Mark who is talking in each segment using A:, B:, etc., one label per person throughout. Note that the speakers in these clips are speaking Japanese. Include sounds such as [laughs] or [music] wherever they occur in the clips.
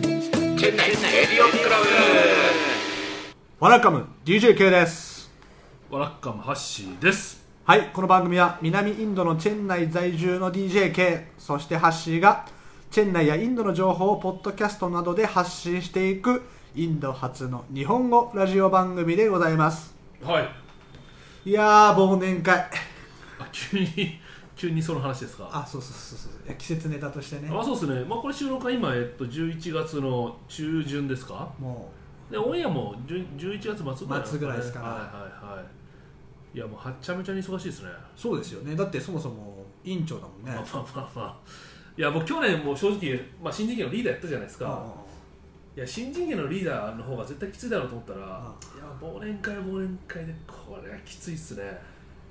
A: 店内エリオンクラブ
B: ワラカム DJK です
C: ワラッカムハッシーです
B: はいこの番組は南インドのチェン内在住の DJK そしてハッシーがチェン内やインドの情報をポッドキャストなどで発信していくインド初の日本語ラジオ番組でございます
C: はい
B: いやー忘年会
C: あ急に急にその話ですか
B: あそうそうそうそういや季節ネタとしてね
C: あそうですねまあこれ収録は今、えっと、11月の中旬ですか
B: も
C: でオンエアも10 11月末ぐらい
B: 末ぐらいですか
C: ね
B: ら
C: はいはいはいいやもうはっちゃめちゃに忙しいですね
B: うそうですよねだってそもそも委員長だもんね
C: まあまあまあまあいや僕去年もう正直、まあ、新人芸のリーダーやったじゃないですかいや新人芸のリーダーの方が絶対きついだろうと思ったらいや忘年会忘年会でこれはきついっすね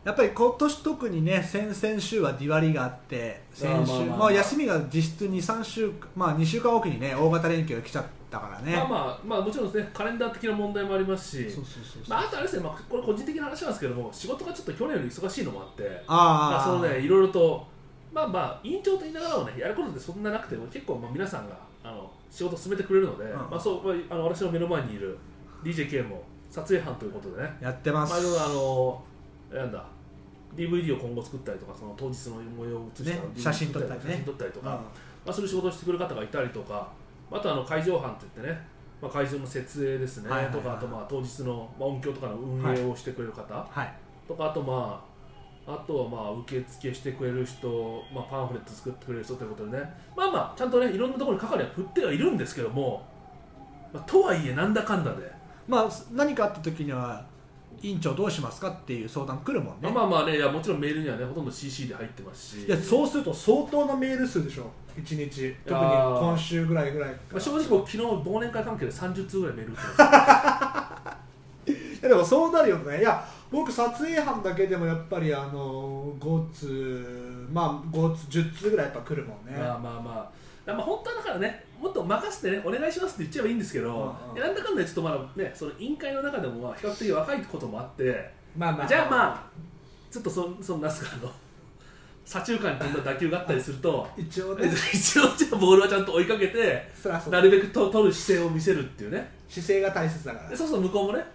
B: やっぱり今年特にね先々週はディワリがあって先
C: まあま
B: 週
C: あまあ
B: まあ休みが実質23週まあ2週間おきにね大型連休が来ちゃったからね
C: まあまあまあもちろんですねカレンダー的な問題もありますし
B: そうそうそうそう、
C: まあ、あとあれですね、まあ、これ個人的な話なんですけども仕事がちょっと去年より忙しいのもあって
B: あ
C: ま
B: あ
C: あ、そのねいろいろとまあまあ委員長と言いながらもねやることってそんななくても結構まあ皆さんがあの仕事を進めてくれるので、
B: ん
C: まあ、そうまああの私の目の前にいる DJK も撮影班ということでね
B: やってま
C: まあ、
B: す
C: いろいろあのなんだ DVD を今後作ったりとかその当日の模様を写した
B: ね
C: DVD
B: 写真撮ったりね
C: 写真撮ったりとか、
B: うん
C: まあ、そういう仕事をしてくれる方がいたりとかあとあの会場班って言ってね、まあ、会場の設営ですね、
B: はいはいはい
C: とかあとまあ当日のまあ音響とかの運営をしてくれる方、
B: はい
C: とかあとまああとはまあ受付してくれる人、まあ、パンフレット作ってくれる人ということでねまあまあちゃんとねいろんなところに係は振ってはいるんですけども、まあ、とはいえなんだかんだで、
B: まあ何かあった時には委員長どうしますかっていう相談来るもんね、
C: まあまあまあねいやもちろんメールにはねほとんど CC で入ってますし
B: いやそうすると相当なメール数でしょ1日特に今週ぐらいぐらい
C: まあ、正直僕昨日忘年会関係で30通ぐらいメール打ってました
B: いやでもそうなるよねいや僕撮影班だけでもやっぱりあの5通まあ5通10通ぐらいやっぱ来るもんね、
C: まあまあまあ、まあ、本当はだからね、もっと任せてね、お願いしますって言っちゃえばいいんですけど、
B: うんうん
C: いやなんだかんだちょっとまだね、その委員会の中でもまあ比較的若いこともあって、
B: まあ
C: じゃあ
B: あ
C: まあ、ちょっとそそのなんすか、あの左中間に飛んだ打球があったりすると、
B: 一応
C: え [laughs]
B: ね
C: 一応、じゃあボールはちゃんと追いかけて、
B: そらそう
C: なるべくと取る姿勢を見せるっていうね、
B: 姿勢が大切だから
C: でそうすると向こうもね、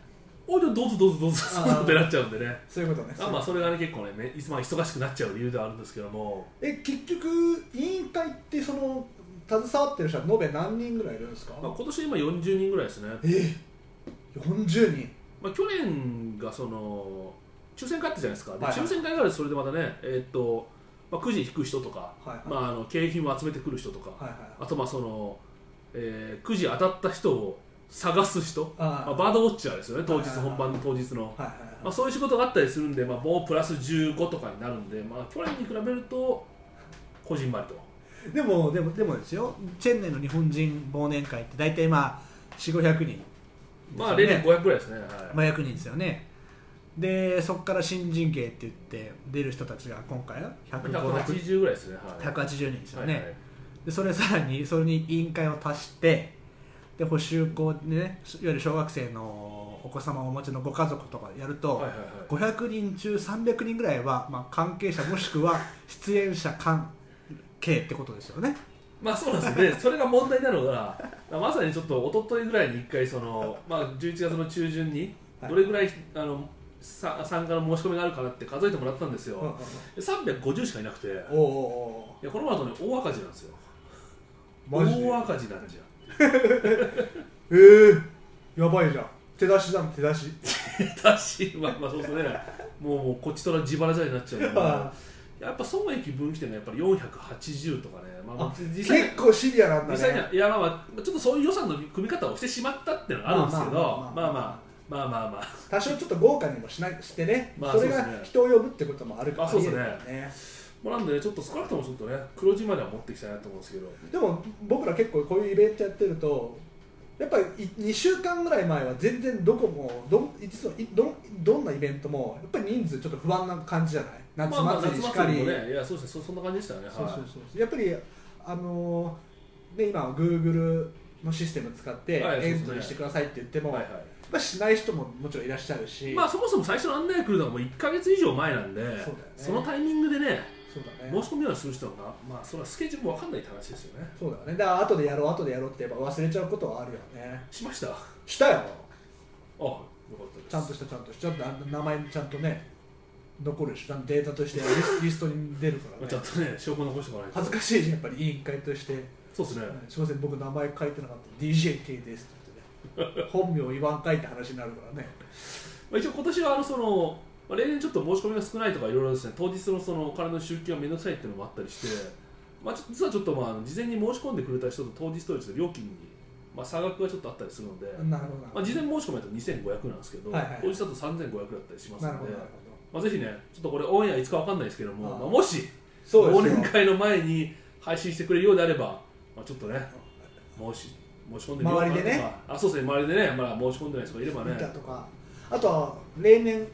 C: おいじゃあどうぞどうぞどうぞ
B: あー
C: ってなっちゃうんでね。
B: そういうことね
C: あまあ、それがね結構ねめいつも忙しくなっちゃう理由ではあるんですけども
B: え結局委員会ってその携わってる人は延べ何人ぐらいいるんですか、
C: まあ、今年今40人ぐらいですね
B: え40人
C: まあ、去年がその抽選会あったじゃないですか、で
B: はいはい
C: 抽選会があるとそれでまたね、えーっとまあ、くじ引く人とか、
B: はいはい
C: まあ、あの景品を集めてくる人とか、
B: はいはい
C: あとまあその、えーくじ当たった人を探す人、
B: あ
C: まあ、バードウォッチャーですよね、当日、
B: はいはいはい
C: 本番の当日の、
B: はいはい
C: まあ、そういう仕事があったりするんで、まあ、もうプラス15とかになるんで、まあ、去年に比べると、こじんまりと。
B: はいでもでもでもですよチェンネの日本人忘年会って大体まあ4500人
C: まあ、例年500ぐらいですね。はい
B: まあ、100人ですよねでそこから新人芸って言って出る人たちが今回は150
C: 180ぐらいですね。はい
B: 180人ですよね、
C: はいはい
B: でそれさらにそれに委員会を足してで補修校でねいわゆる小学生のお子様をお持ちのご家族とかやると、
C: はいはいはい
B: 500人中300人ぐらいは、まあ、関係者もしくは出演者関係ってことですよね
C: まあそうなんですよね、それが問題なのが、まあまさにちょっと一昨日ぐらいに1回その、まあ、11月の中旬に、
B: はい
C: どれぐらい、あのさ参加の申し込みがあるかなって数えてもらったんです
B: おう
C: よ、で350しかいなくて、い
B: おうお
C: やこのままだとね、大赤字なんですよ、
B: うマジで
C: 大赤字なんじ [laughs]
B: ええやばいじゃん手出しだもん手出し
C: ゃん、だし、まあ、まあそうですね、もうもうこっちとら自腹じゃになっちゃうんで、
B: あ
C: やっぱ損益分岐点がやっぱり480とかね、まあまあ、実際に
B: 結構シビアなんだね
C: 実際にはいやまあまあちょっとそういう予算の組み方をしてしまったっていうのがあるんですけど
B: ま
C: ま
B: あ
C: あ
B: まあまあまあ
C: まあまあまあまあ
B: 多少ちょっと豪華にもしないしてね,、
C: まあ
B: それ
C: そう
B: が
C: ですね
B: 人を呼ぶってこともあるから
C: あそうですね
B: ありえるからね
C: まあなんでねちょっと少なくともちょっとね黒字までは持っていきたいなと思うんですけど
B: でも僕ら結構こういうイベントやってるとやっぱり2週間ぐらい前は全然どこもどいつのいどどんなイベントもやっぱり人数ちょっと不安な感じじゃない夏
C: まあまあ
B: 祭りしかり、
C: もねいやそうですねそそんな感じでしたよね
B: そうそう
C: は
B: そうやっぱりあのーね今は Google のシステム使って
C: はいそう
B: エ
C: ですね
B: ントリーしてくださいって言っても、
C: いはい
B: やっ
C: は
B: ぱしない人ももちろんいらっしゃるし、
C: いまあそもそも最初の案内来るのはもう1か月以上前なんで
B: そうだよね
C: のタイミングでね
B: そうだ
C: 申
B: ね
C: し込みはする人がまあそれはスケジュールも分かんないって話ですよね
B: そうだねだから後でやろう後でやろうってやっぱ忘れちゃうことはあるよね
C: しましたあよ
B: したよ
C: かったです
B: ちゃんとしたちゃんとしたちょっとあの名前ちゃんとね残るしちゃんとデータとしてリスリストに出るか
C: まあ、ち
B: ら
C: ゃん
B: ね
C: とね証拠残しておかないと
B: 恥ずかしいじゃんやっぱり委員会として、
C: そうですね、
B: すいません僕名前書いてなかった DJK ですって言ってね本名言わんかいって話になるからね
C: まあ、一応今年はあのその、まあ、例年ちょっと申し込みが少ないとかいろいろですね当日のそのお金の集金が面倒くさいっていうのもあったりして、まあ、ちょ実はちょっとまああの事前に申し込んでくれた人と当日当日の料金に、まあ、差額がちょっとあったりするので、
B: なるほどなるほ
C: まあ、
B: ど
C: 事前申し込みだと2500なんですけど、
B: はいはい
C: 当日だと3500だったりします
B: なる
C: の
B: ほ
C: で
B: どなるほど
C: まあ、ぜひねちょっとこれオンエアいつかわかんないですけども、
B: ああ
C: まあ、もし
B: そう
C: 忘
B: です
C: 年
B: よ
C: 会の前に配信してくれるようであれば、まあ、ちょっとね申し申し込んでみようかなと
B: 周りでね
C: かあそうですね周りでねまだ申し込んでない人がいればね
B: 見たとかあとは例年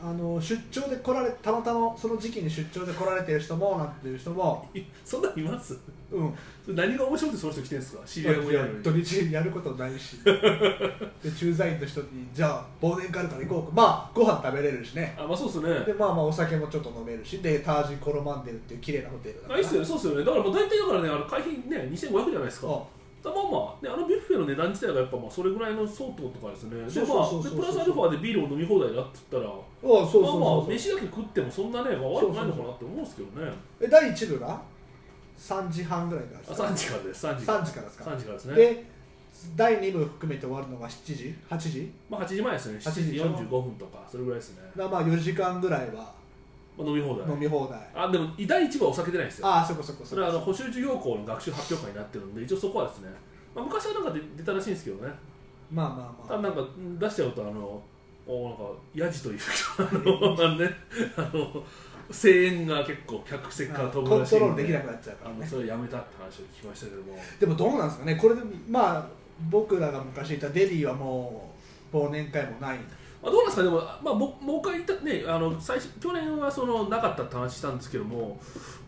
B: あの出張で来られたまたまその時期に出張で来られてる人もなんていう人も
C: いそんなんいます
B: うん
C: それ何が面白くてその人来てるんですか [laughs] 知り合いもい
B: い
C: な
B: や
C: いのに
B: 土日にやることないしで駐在員の人にじゃあ忘年会あるから行こうかまあご飯食べれるしね
C: あまあそうですね
B: でまあまあお酒もちょっと飲めるしでタージンコロマンデルっていう綺麗なホテルだか
C: あ
B: ら
C: いいっすよねそうっすよねだからもう大体だからねあの会費ね2500じゃないですか
B: そ
C: まあまあ、ね、あのビュッフェの値段自体がやっぱまあそれぐらいの相当とかですねで
B: そうそうそうそう
C: まあでプラスアルファでビールを飲み放題だって言ったら
B: うああそうそう
C: まあ
B: そう
C: まあ
B: そう
C: 飯だけ食ってもそんなね、まあ、悪くないのかなって思うんですけどね
B: え第1部が3時半ぐらいからです
C: あ
B: か
C: 3時からです3時
B: 3時からですか
C: 3時からですね
B: で第2部含めて終わるのが7時8時
C: まあ8時前ですね
B: 8
C: 7時
B: 時
C: 45分とかそれぐらいですね、
B: だからまあ4時間ぐらいは
C: まあ、飲み放題
B: 飲み放題
C: あでも第一部はお酒出ないですよ
B: ああそこそこ
C: そ
B: そ
C: れ
B: こ
C: はあの補習授業校の学習発表会になってるんで一応そこはですね、まあ、昔はなんか出出たらしいんですけどね
B: まあまあ
C: た
B: ま
C: だなんかん出しちゃうとあのおなんかヤジというかあのね [laughs] あの声援が結構客席から
B: あコ
C: 飛
B: ン
C: ぶらしい
B: トロー
C: ん
B: ルできなくなっちゃうか
C: あ
B: ら
C: の
B: ね
C: それをやめたって話を聞きましたけども
B: でもどうなんですかねこれでまあ僕らが昔いたデリーはもう忘年会もない
C: まあ、どうなんですか、でも、まあ、ももう一回言った、ね、あの最初去年はそのなかったって話したんですけども、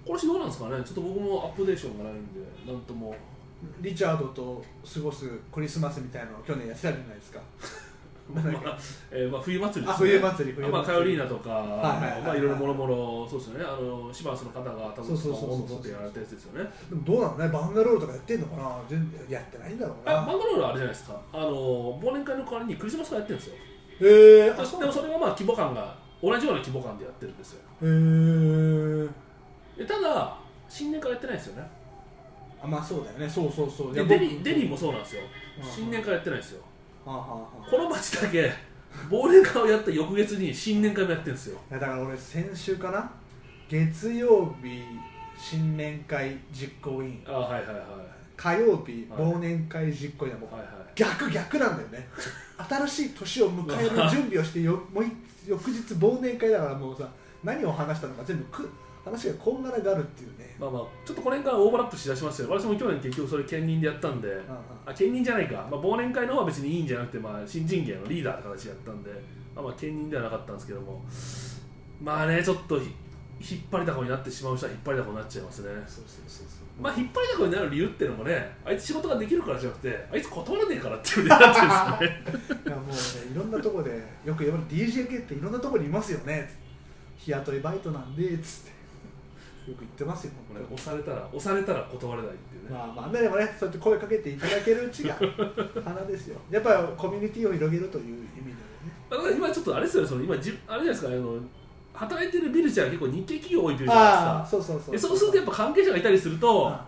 C: 今年どうなんですかね、ちょっと僕もアップデーションがないんで、なんとも、
B: リチャードと過ごすクリスマスみたいなのを去年やってたじゃないですか
C: [laughs] まあ [laughs] えーまあ、冬祭り
B: あ
C: ですね、
B: 冬祭り冬祭り
C: まあ、カヨリーナとか、
B: いはいはい
C: まあ、いろいろもろもろ、そうですよね、あのシバースの方が、多
B: そうそうそ
C: 分
B: うそう
C: 本を取ってやられたやつですよね、
B: でもどうなのねバンガロールとかやってんのかな全然やってないんだろう
C: あ
B: な
C: マンガロールはあれじゃないですか、あの忘年会の代わりにクリスマス会やってるんですよ、
B: へえー、あそう
C: でもそれはまあ規模感が、同じような規模感でやってるんですよ、
B: へえー、
C: でただ、新年からやってないんですよね。
B: あまあそうだよねそうそうそうい
C: で
B: や
C: デ
B: 僕
C: リデリーもそうなんですよ
B: うん
C: 新年会やってないんですよ
B: はあはあはあ
C: この町だけ忘年会をやった翌月に新年会もやってるんですよ
B: いやだから俺先週かな月曜日新年会実行委員
C: あはいはいはい
B: 火曜日
C: はい
B: 忘年会実行委員だもう
C: はいはい
B: 逆逆なんだよね新しい年を迎える準備をしてよもうい翌日忘年会だからもうさ何を話したのか全部く話がこんがらがるっていうね、
C: まあまあちょっとこの辺からオーバーラップしだしますよ私も去年結局それ兼任でやったんで、
B: うんうん
C: あ兼任じゃないか、まあ、忘年会の方は別にいいんじゃなくて、まあ、新人芸のリーダーって形でやったんで、まあ、まあ兼任ではなかったんですけどもまあねちょっとひ引っ張りだこになってしまう人は引っ張りだこになっちゃいますね
B: そうそうそうそう
C: まあ、引っ張りだこになる理由っていうのもね、あいつ仕事ができるからじゃなくて、あいつ断らねえからっていう理由だったんですよね。
B: いやもうねいろんなとこでよく言われる DJK っていろんなとこにいますよね日雇いバイトなんでつってよく言ってますよ
C: こ
B: 本
C: れ
B: 当に
C: 押されたら、押されたら断れないっていうね。
B: まあまあでもねそうやって声かけていただけるうちが花ですよやっぱりコミュニティを広げるという意味でもね
C: だから今ちょっとあれですよね、その今じ、あれじゃないですか、あの働いてるビルちゃんは結構日系企業多いビルじゃない
B: ああ
C: ですか。
B: そうそうそう
C: でそうするとやっぱ関係者がいたりすると、
B: あ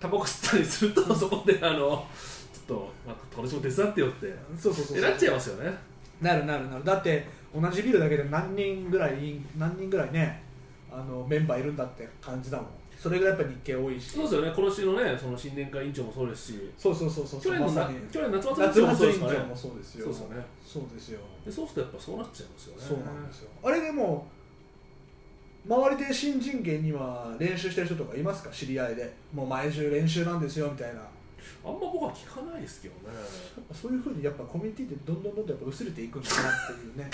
C: タバコ吸ったりすると、そこであの、ちょっと、なんか私も手伝ってよって、
B: そうそうそう
C: え
B: そう
C: なっちゃいますよね。
B: なるなるなるだって同じビルだけで何人ぐらい何人ぐらいねあのメンバーいるんだって感じだもんそれぐらいやっぱ日系多いし
C: そうですよね、今年のね、その新年会委員長もそうですし、
B: そうそうそうそう
C: 去年の
B: ま
C: な、
B: さに
C: 去年夏祭り委員
B: 夏
C: 長もそう
B: 祭
C: で
B: り
C: す
B: 委
C: か
B: 員
C: らね
B: 長。もそうです
C: そう
B: よ
C: ですよね。
B: そうですよ
C: でそうするとやっぱそうなっちゃいますよね。
B: そうなんですよあれでも周りで新人芸には練習してる人とかいますか知り合いでもう毎週練習なんですよみたいな
C: あんま僕は聞かないですけどね。
B: そういうふうにやっぱコミュニティってどんどんどんどんやっぱ薄れていくんだなっていうね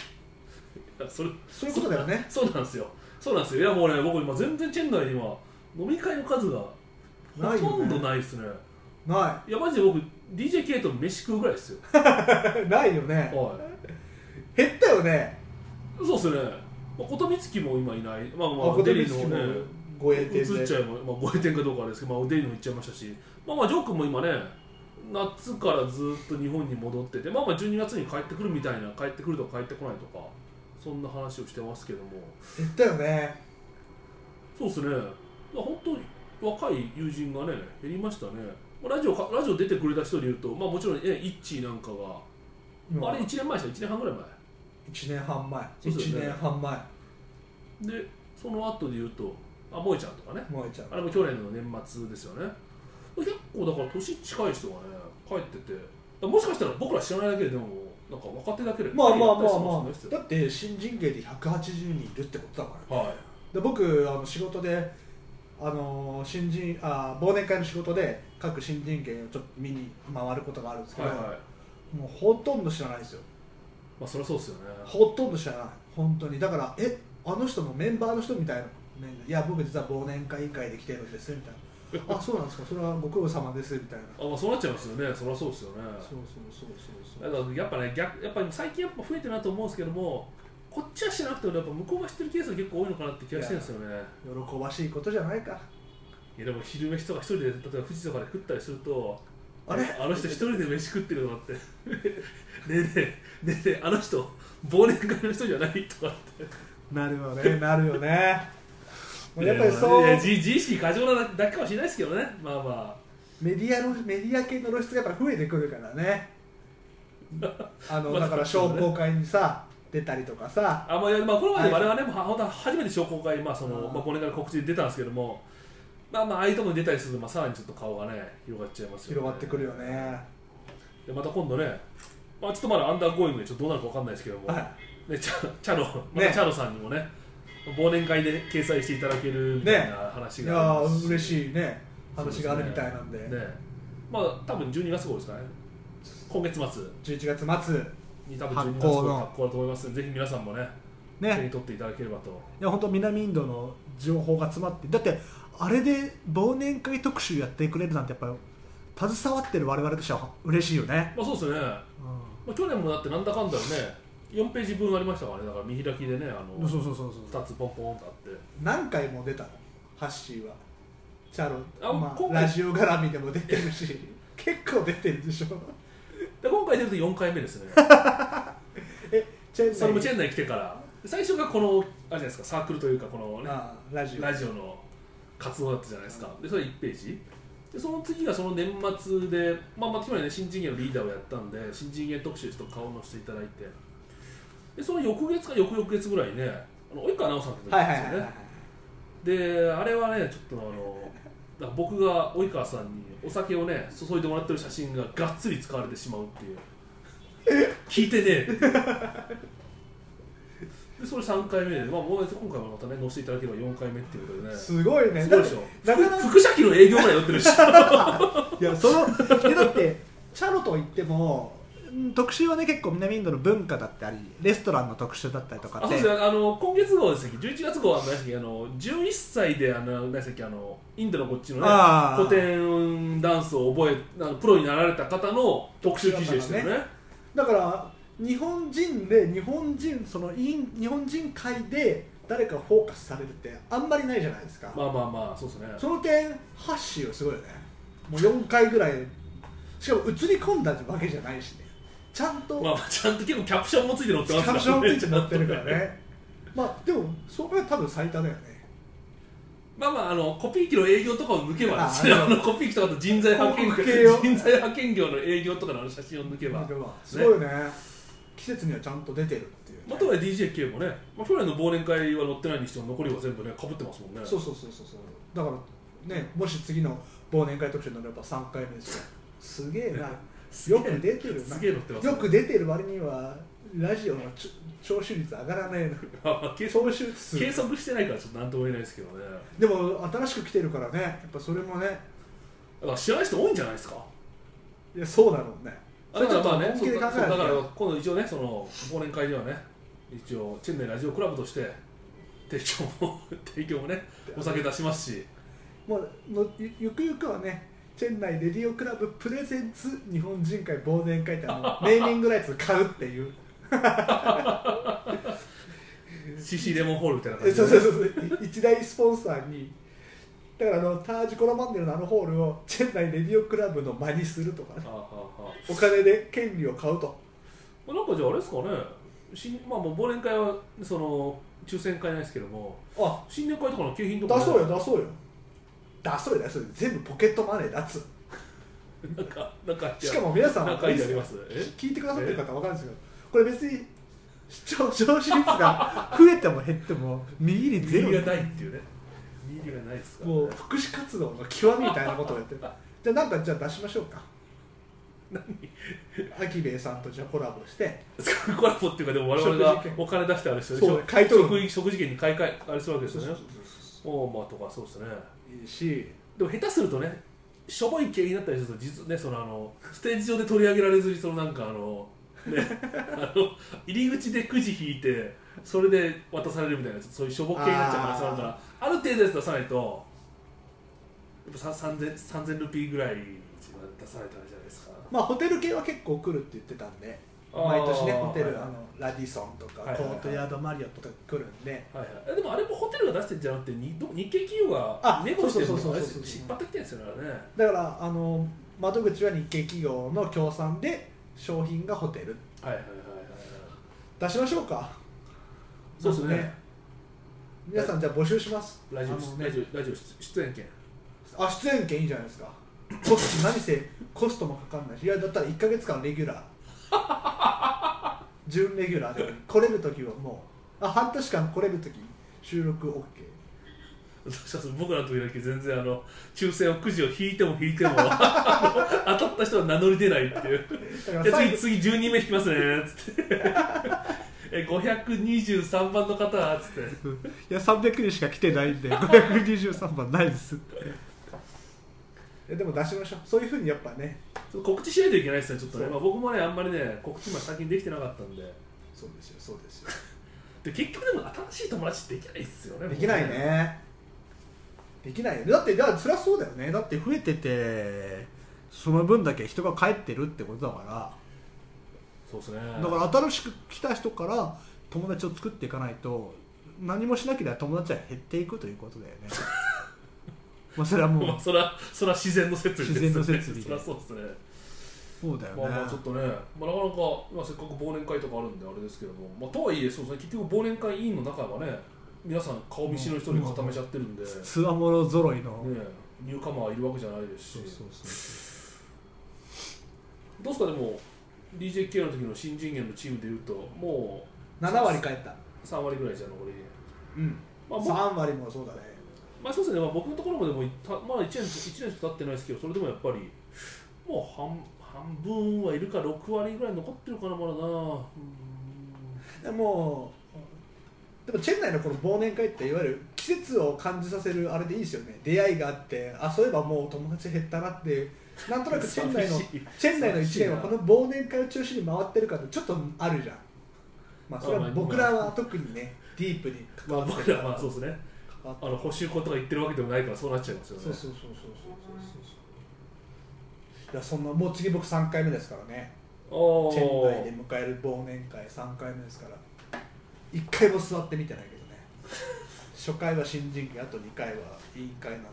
C: いやそれ
B: そういうことだよ
C: [laughs]
B: ね
C: そうなんですよ。そうなんですよ。いやもうね、僕今全然チェン内で今飲み会の数が
B: な
C: ほ
B: いよ
C: と
B: ね
C: んどないですね。
B: ない
C: やマジで僕 DJK と飯食うぐらいですよ。
B: いないよね
C: は
B: 減ったよね
C: い。そうですね。まあ、ことみつきも今いない。まあま
B: あ
C: あ
B: 琴
C: デリー
B: 光希
C: のね、
B: 護衛
C: 映
B: 店
C: っち
B: で
C: ゃいま、まあ、燃えてんかどうかあれですけど、まあ、デイにも行っちゃいましたし、まあ、まあジョー君も今ね夏からずっと日本に戻ってて、まあ、まあ12月に帰ってくるみたいな帰ってくるとか帰ってこないとかそんな話をしてますけども
B: 言ったよね
C: そうですねまあ本当若い友人がね減りましたねまあラジオかラジオ出てくれた人でいうと、まあ、もちろん、ね、イッチーなんかが、まあ、あれ1年前でした1年半ぐらい前
B: 1年半前
C: そうです
B: 1
C: よね
B: 年半前
C: でその後で言うとあ萌えちゃんとかね
B: 萌えちゃん
C: あれも去年の年末ですよね結構だから年近い人がね帰っててだからもしかしたら僕ら知らないだけででもなんか若手だけで
B: まあまあまあ
C: や
B: ま
C: ったりす
B: あ
C: る
B: だって新人芸で180人いるってことだからね
C: かもしれない
B: で僕
C: ですよはい
B: あの仕事であの新人あ忘年会の仕事で各新人芸をちょっと見に回ることがあるんですけど、
C: はいはい
B: もうほとんど知らないですよ
C: まあそりゃそうですよね
B: ほとんど知らない本当にだからえあの人もメンバーの人みたいな、ね、いや僕実は忘年会委員会で来てるんですみたい
C: [laughs]
B: なあそうなんですかそれはご苦労様ですみたいな
C: あまあそうなっちゃいますよねそりゃそうです
B: そうそ
C: よね
B: うそうそうそう
C: だからやっぱね逆やっぱり最近やっぱ増えてるなと思うんですけどもこっちは知らなくてもやっぱ向こうが知ってるケースが結構多いのかなって気がしてるんですよね
B: 喜ばしいことじゃないか
C: いやでも昼飯とか一人で例えば富士とかで食ったりすると
B: あれ
C: あの人一人で飯食ってるのって [laughs] ねえねえねえねえあの人忘年会の人じゃないとかって
B: なるよ
C: [laughs]
B: ねなるよねもうやっぱりそう
C: いやいや自自意識過剰なだけかもしれないですけどねまあま
B: メディアのメディア系の露出がやっぱ増えてくるから
C: [laughs]
B: ねあの
C: まあ
B: だから商工会にさ出たりとかさ
C: ああ、まあ、いやまあこれまで
B: はい
C: 我々ね、まあ、本当は初めて商工会、まあその
B: あー
C: まあ、忘年会の告知で出たんですけどもまあまあああいうとこに出たりすると、まあ、さらにちょっと顔がね広がっちゃいますよね
B: 広がってくるよね
C: でまた今度ね、まあ、ちょっとまだアンダーゴーイングでちょっとどうなるかわかんないですけども、
B: は
C: ね、チャチャロ、またチャロさんにもね、忘年会で掲載していただけるみたいな話
B: い
C: が
B: や
C: あります
B: ー嬉しいね
C: そう
B: 話
C: すね
B: があるみたいなんで
C: ね、まあ多分12月号ですかね、今月末
B: 11月末
C: に多分12月
B: 発行
C: 号
B: の
C: 発行だと思いますので、ぜひ皆さんもね、手に
B: ね
C: 取っていただければと。
B: いや本当南インドの情報が詰まってだってあれで忘年会特集やってくれるなんてやっぱり携わってる我々としては嬉しいよね、
C: まあそうですね、まあ、去年もだってなんだかんだでね、4ページ分ありましたからね、だから見開きでね、あ
B: うん、
C: の
B: そうそうそうそう
C: 2つポンポンとあって。
B: 何回も出たのハッシーはチャロ
C: あ
B: ま
C: 今
B: あ、
C: 回
B: ラジオ絡みでも出てるし [laughs] 結構出てるでしょ
C: で今回出ると4回目
B: [laughs]
C: ですね
B: えチェン
C: それもチ
B: ン
C: ェン内来てから最初がこのあれじゃないですかサークルというかこのね
B: ああラジオ
C: ラジオの活動だったじゃないですか、でそれ1ページでその次がその年末で、まあ、まあつまりね新人芸のリーダーをやったんで新人芸特集ちょっと顔を載せていただいてでその翌月か翌々月ぐらいにねあの及川奈緒さんって出
B: は
C: て
B: い
C: ん
B: はい
C: です
B: は
C: よ
B: い、は
C: ねであれはねちょっとあのだから僕が及川さんにお酒をね注いでもらってる写真ががっつり使われてしまうっていう聞いてねえっていうでそれ3回目で、まあ、もう今回もまたね載せていただければ4回目っていうことで
B: い、
C: ね
B: すごいね
C: すごいでしょ
B: だってなかなか
C: 副社機の営業までやってる [laughs] し
B: いやそのえだってチャロといってもうん特集はね結構南インドの文化だったりレストランの特集だったりとか
C: あ
B: って
C: そうですねあの今月号ですね11月号は何でしたっけあの11歳であの何でしたっけあのインドのこっちのね
B: あー
C: 古典ダンスを覚えあのプロになられた方の特集記事でしたよね
B: だから日本人で日本人そのイン日本人会で誰かフォーカスされるってあんまりないじゃないですか、
C: まあまあまあそうですね
B: その点ハッシーはすごいよねもう4回ぐらいしかも映り込んだわけじゃないしねちゃんと
C: まあまあちゃんと結構キャプションもついて載って
B: キ
C: ます
B: ャプションついて
C: ね
B: なってるからねまあでもそこが多分最多だよね
C: まあまああのコピー機の営業とかを抜けばですね
B: ああ
C: あのコピー機とかと人材派遣
B: 広
C: 業
B: 告系を
C: 人材派遣業の営業とかのあの写真を抜けば
B: なんかまあすごいね季節にはちゃんと出てるっていうね、
C: まあ、とはいえ DJK もね、まあ、去年の忘年会は乗ってないにしても残りは全部ねかぶってますもんね
B: そうそうそうそうそうだからねもし次の忘年会特集になれば3回目ですよすげえな
C: [laughs] すげえ
B: よく出てる
C: す
B: な
C: げえ乗ってます
B: よく出てる割にはラジオのちょ聴取率上がらないな
C: まあま [laughs] あ計測
B: 聴取数
C: 計測してないからちょっとなんとも言えないですけどね
B: でも新しく来てるからねやっぱそれもね
C: だから知らない人多いんじゃないですか
B: いやそうだろうね
C: あだからまあね
B: そ
C: そ
B: れ
C: う
B: ちょっと
C: だ
B: 本気で考
C: そうだか
B: え
C: ら
B: ない
C: 今度一応ねその忘年会ではね一応チェンネルラジオクラブとして提供も [laughs] 提供もねお酒出しますし
B: もうのゆゆくゆくはねチェン内レディオクラブプレゼンツ日本人会忘年会ってあのネーミングライツ買うっていう
C: CC レモンホールみたいな感
B: え
C: じで
B: そう
C: ね
B: そうそうそうい一大スポンサーにだからあのタージコロマンデルのあのホールをチェンナイレディオクラブの間にするとかね
C: あああああ
B: お金で権利を買うと
C: あなんかじゃああれですかね新まあもう忘年会はその抽選会ないですけども
B: あ
C: 新年会とかの景品と
B: 出
C: かね
B: そうよ出そうよ出そうよ出そうよ全部ポケットマネー出つ
C: なんかなんか
B: しかも皆さん
C: なんかいいのありますえ
B: 聞いてくださってる方は分かるんですけどこれ別に視聴視聴率が増えても減っても右にゼ
C: 見入
B: ロ
C: りがないっていうね見入りがないですから、ね、
B: もう福祉活動の極みみたいなことをやってるじゃあなんかじゃあ出しましょうか何アキベイさんとじゃあコラボして
C: コラボっていうかでも我々が
B: 食事券
C: お金出してあれですよね
B: そう買い取る
C: 食食事券に買い替えあれするわけですよね
B: い
C: オーマーとかそうですね
B: いし
C: でも下手するとねしょぼい経緯だったりすると実ねそのあのステージ上で取り上げられずにそのなんかあのねあの入り口でくじ引いてそれで渡されるみたいなそういうしょぼ系になっちゃうから
B: あー
C: そうだからある程度のやつ出さないとやっぱさ 3000, 3000ルピーぐらい出さないとあれじゃないですか
B: まあホテル系は結構来るって言ってたんで毎年ね
C: あー
B: ホテル、
C: はい
B: あのラディソンとか、
C: はいはいはい
B: コートヤードマリオットとか来るんで
C: はいはいえ、でもあれもホテルが出してんじゃなくてにど日系企業が
B: あ
C: ネゴしてるの
B: そう
C: が
B: そうそうそう
C: あれですよ引っ張ってきてるんですよねあれね
B: だからあの窓口は日系企業の協賛で商品がホテル
C: はいはいはいはいはい
B: 出しましょうか
C: そうですね
B: 皆さんじゃあ募集します
C: ラジオ
B: あのね
C: ラジオラジオ出出演権
B: あ出演権いいじゃないですかコスト何せコストもかかんないしいやだったら1か月間レギュラー
C: [laughs]
B: 準レギュラーで来れる時はもうあ半年間来れる時収録 OK
C: どうしたんですか僕らの時だけ全然あの抽選をくじを引いても引いても [laughs] あの当たった人は名乗り出ないっていう
B: だか
C: じ
B: ら
C: ゃあ
B: 最
C: 次
B: 後
C: 次12名引きますねつってえ523番の方つって
B: いや300人しか来てないんで523番ない
C: [laughs]
B: ですでも出しましょうそういうふうにやっぱね
C: 告知しないといけないですねちょっとね、
B: そう
C: まあ、僕もねあんまりね告知まで最近できてなかったんで
B: そうですよそうですよ
C: で結局でも新しい友達できないっすよね
B: できないねできないよねだってだからそりゃそうだよねだって増えててその分だけ人が帰ってるってことだから
C: そうですね
B: だから新しく来た人から友達を作っていかないと何もしなければ友達は減っていくということだよ
C: [laughs]
B: ねまあそれはも
C: まあ
B: う
C: それはそれは自然の説理です、ね、
B: 自然の摂理
C: それはそうですね
B: そうだよね、
C: まあまあちょっとね、まあ、なかなか、まあ、せっかく忘年会とかあるんであれですけれども、まあ、とはいえそうですね結局忘年会委員の中はね皆さん顔見知りの人に固めちゃってるんで、
B: つわものぞろいの、
C: ね、ニューカマーいるわけじゃないですし
B: そうそうそう
C: どうですかでも DJK の時の新人間のチームでいうともう
B: 7割帰った、
C: 3割ぐらいじゃん残り、
B: うん
C: まあ僕
B: 3割もそうだね
C: まあ、そうですね、まあ、僕のところもでもいった、まあ、1, 年一年しか経ってないですけどそれでもやっぱりもう半半分はいるか6割ぐらい残ってるかなまだなうん
B: でもでもチェン内のこの忘年会っていわゆる季節を感じさせるあれでいいですよね出会いがあってあそういえばもう友達減ったなってなんとなくチェン内の
C: [laughs] 寂しい
B: チェン内の1年はこの忘年会を中心に回ってるからちょっとあるじゃん、まあ、それは僕らは特にねディープに関
C: ま
B: わ
C: あ、
B: って
C: 僕
B: る
C: らはまあそうですね
B: 関わって
C: あの補修校とか言ってるわけでもないからそうなっちゃいますよ
B: る
C: ね
B: そうそうそうそうそうそういやそんなもう次僕3回目ですからね
C: お
B: チェン内で
C: ー
B: 迎える忘年会3回目ですから1回も座ってみてないけどね初回は新人会あと2回は委員会なんで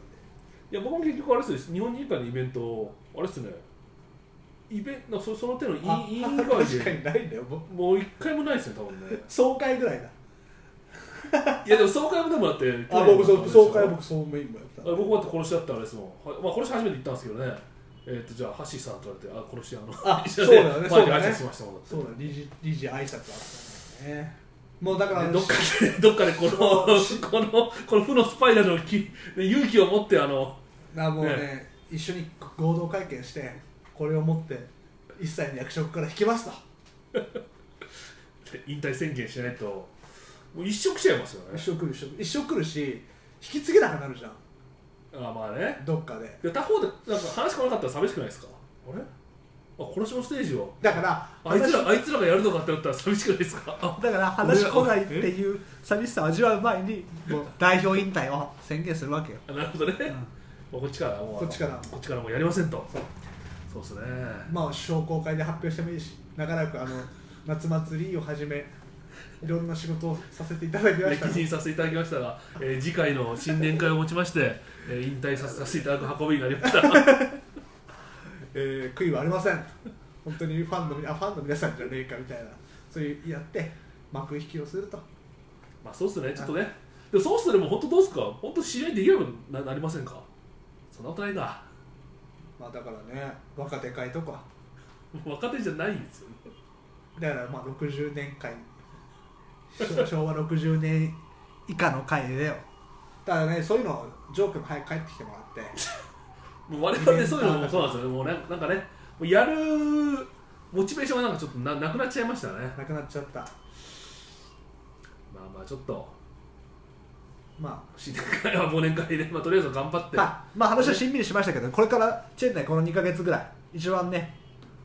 C: いや僕も結局あれですよ日本人会のイベントあれですねイベントそその手の委
B: あ
C: 員委員
B: 確か
C: 会で
B: にないんだよもう
C: もう一回もないですね多分ね [laughs]
B: 総会ぐらいだ
C: いやでも総会もでもだって
B: あ僕そう総会は
C: 僕
B: 僕総務委員もやってた
C: 僕はだって殺しだったあれですもん、はまあ、殺し初めて行ったんですけどねえっ、とじゃあハッシーさんと言われてあ殺しあの
B: あ
C: 一緒
B: そうだ
C: [laughs] で
B: よね
C: 前
B: そう
C: で
B: だね
C: 挨拶しましたもんだって
B: そうだ理事理事挨拶あったんだよねもうだから
C: どっかで、どっかでこの、こ
B: し
C: の、この負のスパイラルをき、勇気を持って、あの、
B: なもうね
C: ね
B: 一緒に合同会見してこれを持って一切の役職から引きますと
C: 引退宣言しないと、もう一生来ちゃいますよね
B: 一。生来る一生一生来るし引き継げなくなるじゃん
C: あまあね。
B: どっかで
C: で他方で、なんか話来なかったら寂しくないですかあれあ、殺しのステージを。
B: だから
C: あいつ
B: 話
C: ら、あいつらがやるのかってなったら寂しくないですか [laughs] あ
B: だから話来ないっていう寂しさを味わう前にもう代表引退を宣言するわけよ、
C: なるほどね。
B: うん
C: まあこっちからもう、
B: こっちから
C: こっちからもうやりませんと。そうですね。
B: まあ商工会で発表してもいいし長らくあの夏祭りをはじめいろんな仕事をさせていただきまし
C: 歴
B: たね
C: 任させていただきましたが、えー次回の新年会をもちまして、えー引退させていただく運びになりました
B: えー悔いはありません本当にファンのみあファンの皆さんじゃねえかみたいなそういうやって幕引きをすると
C: まあそうっすねちょっとねでもそうっすねもう本当どうっすか本当試合できなくななりませんかそんなことないか
B: まあだからね若手会とか
C: [laughs] 若手じゃないんですよね
B: だからまあ60年会昭昭和60年以下の会でよただねそういうのをジョー君早く帰ってきてもらって
C: もう我々そういうのもそうなんですよねもうなんなんかねもうやるモチベーションがなんかちょっとななくなっちゃいましたね
B: なくなっちゃった
C: まあまあちょっと
B: ま
C: 新年会は忘年会で、ま [laughs] あ、とりあえず頑張っ
B: あ、
C: て、
B: まあ、まあ話はしんみりしましたけどこれからチェン内この2か月ぐらい一番ね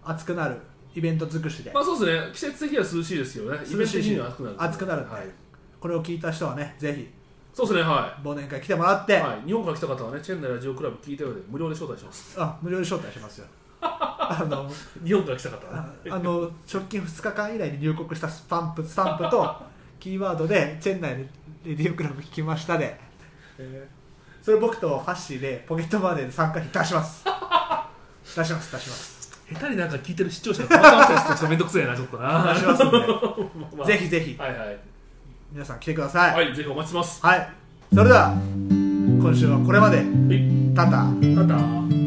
B: 熱くなるイベント尽くしで
C: まあそうですね季節的には涼しいですよねイベント的には暑くなる
B: 熱くなるんで、
C: はい、
B: これを聞いた人はねぜひ
C: そうですねは
B: 忘年会来てもらって、
C: い、はい、日本から来た方はねチェンナイラジオクラブ聞いたようで無料で招待
B: [laughs]
C: します
B: あ無料で招待しますよあの
C: 日本から来た方は
B: あ
C: ね
B: あの直近2日間以内に入国したスタンプスタンプ [laughs] とキーワードで「チェン内レディオクラブ聞きましたで」えーそれ僕とハッシーでポケットマネーで参加費出します [laughs] 出します出します
C: 下手になんか聞いてる視聴者が困ってますちょっとめんどくせえなちょ
B: [laughs]
C: っとな
B: 出しますんで
C: まあ
B: ぜひぜひ
C: はいはい
B: 皆さん来てください、
C: はいぜひお待ちしてます
B: はい、それでは今週はこれまで
C: はい
B: タタ
C: ただ